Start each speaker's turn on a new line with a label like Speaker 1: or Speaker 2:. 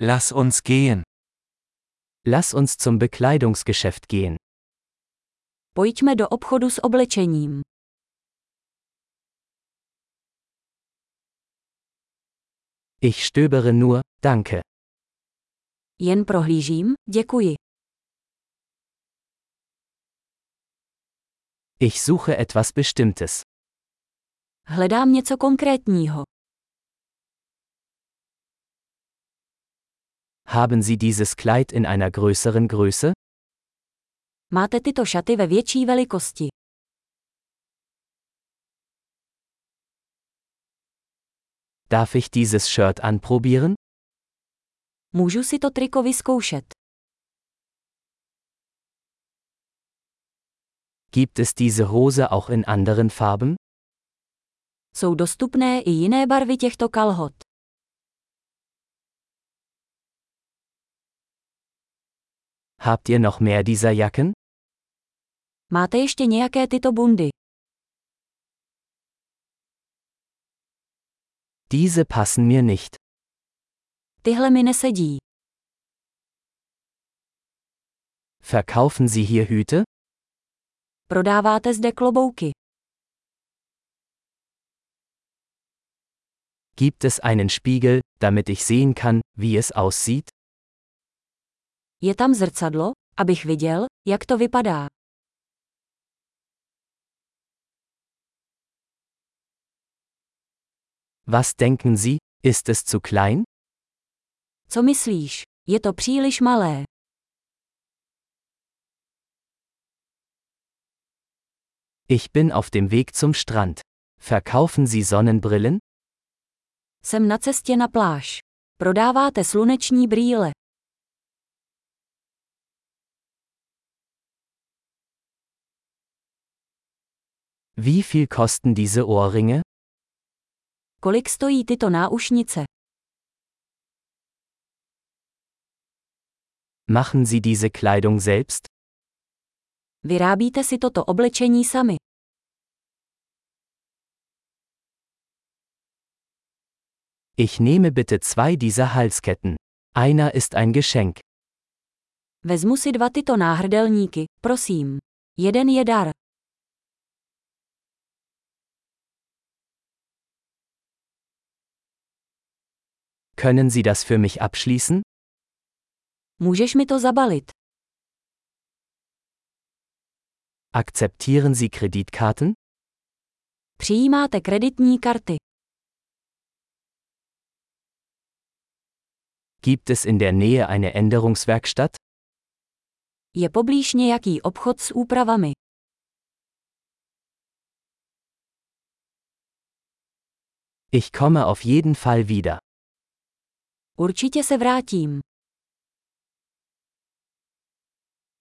Speaker 1: Lass uns gehen.
Speaker 2: Lass uns zum Bekleidungsgeschäft gehen.
Speaker 3: Pojďme do obchodu s oblečením.
Speaker 2: Ich stöbere nur, danke.
Speaker 3: Jen prohlížím, děkuji.
Speaker 2: Ich suche etwas Bestimmtes.
Speaker 3: Hledám něco konkrétního.
Speaker 2: Haben Sie dieses Kleid in einer größeren Größe?
Speaker 3: Máte tyto šaty ve větší velikosti.
Speaker 2: Darf ich dieses Shirt anprobieren?
Speaker 3: Můžu si to triko vyzkoušet.
Speaker 2: Gibt es diese Hose auch in anderen Farben?
Speaker 3: Jsou dostupné i jiné barvy těchto kalhot.
Speaker 2: Habt ihr noch mehr dieser Jacken?
Speaker 3: Máte ještě nějaké tyto bundy?
Speaker 2: Diese passen mir nicht.
Speaker 3: Tyhle mi nesedí.
Speaker 2: Verkaufen Sie hier Hüte?
Speaker 3: Prodáváte zde klobouky.
Speaker 2: Gibt es einen Spiegel, damit ich sehen kann, wie es aussieht?
Speaker 3: Je tam zrcadlo, abych viděl, jak to vypadá.
Speaker 2: Was denken Sie, ist es zu klein?
Speaker 3: Co myslíš? Je to příliš malé.
Speaker 2: Ich bin auf dem Weg zum Strand. Verkaufen Sie Sonnenbrillen?
Speaker 3: Jsem na cestě na pláž. Prodáváte sluneční brýle.
Speaker 2: Wie viel kosten diese Ohrringe?
Speaker 3: Kolik stojí tyto náušnice?
Speaker 2: Machen Sie diese Kleidung selbst?
Speaker 3: Vyrábíte si toto oblečení sami.
Speaker 2: Ich nehme bitte zwei dieser Halsketten. Einer ist ein Geschenk.
Speaker 3: Vezmu si dva tyto náhrdelníky, prosím. Jeden je dar.
Speaker 2: Können Sie das für mich abschließen?
Speaker 3: Můžeš mi to zabalit.
Speaker 2: Akzeptieren Sie Kreditkarten?
Speaker 3: Přijímáte kreditní karty.
Speaker 2: Gibt es in der Nähe eine Änderungswerkstatt?
Speaker 3: Je poblíž nějaký obchod s úpravami.
Speaker 2: Ich komme auf jeden Fall wieder.
Speaker 3: Určitě se vrátím.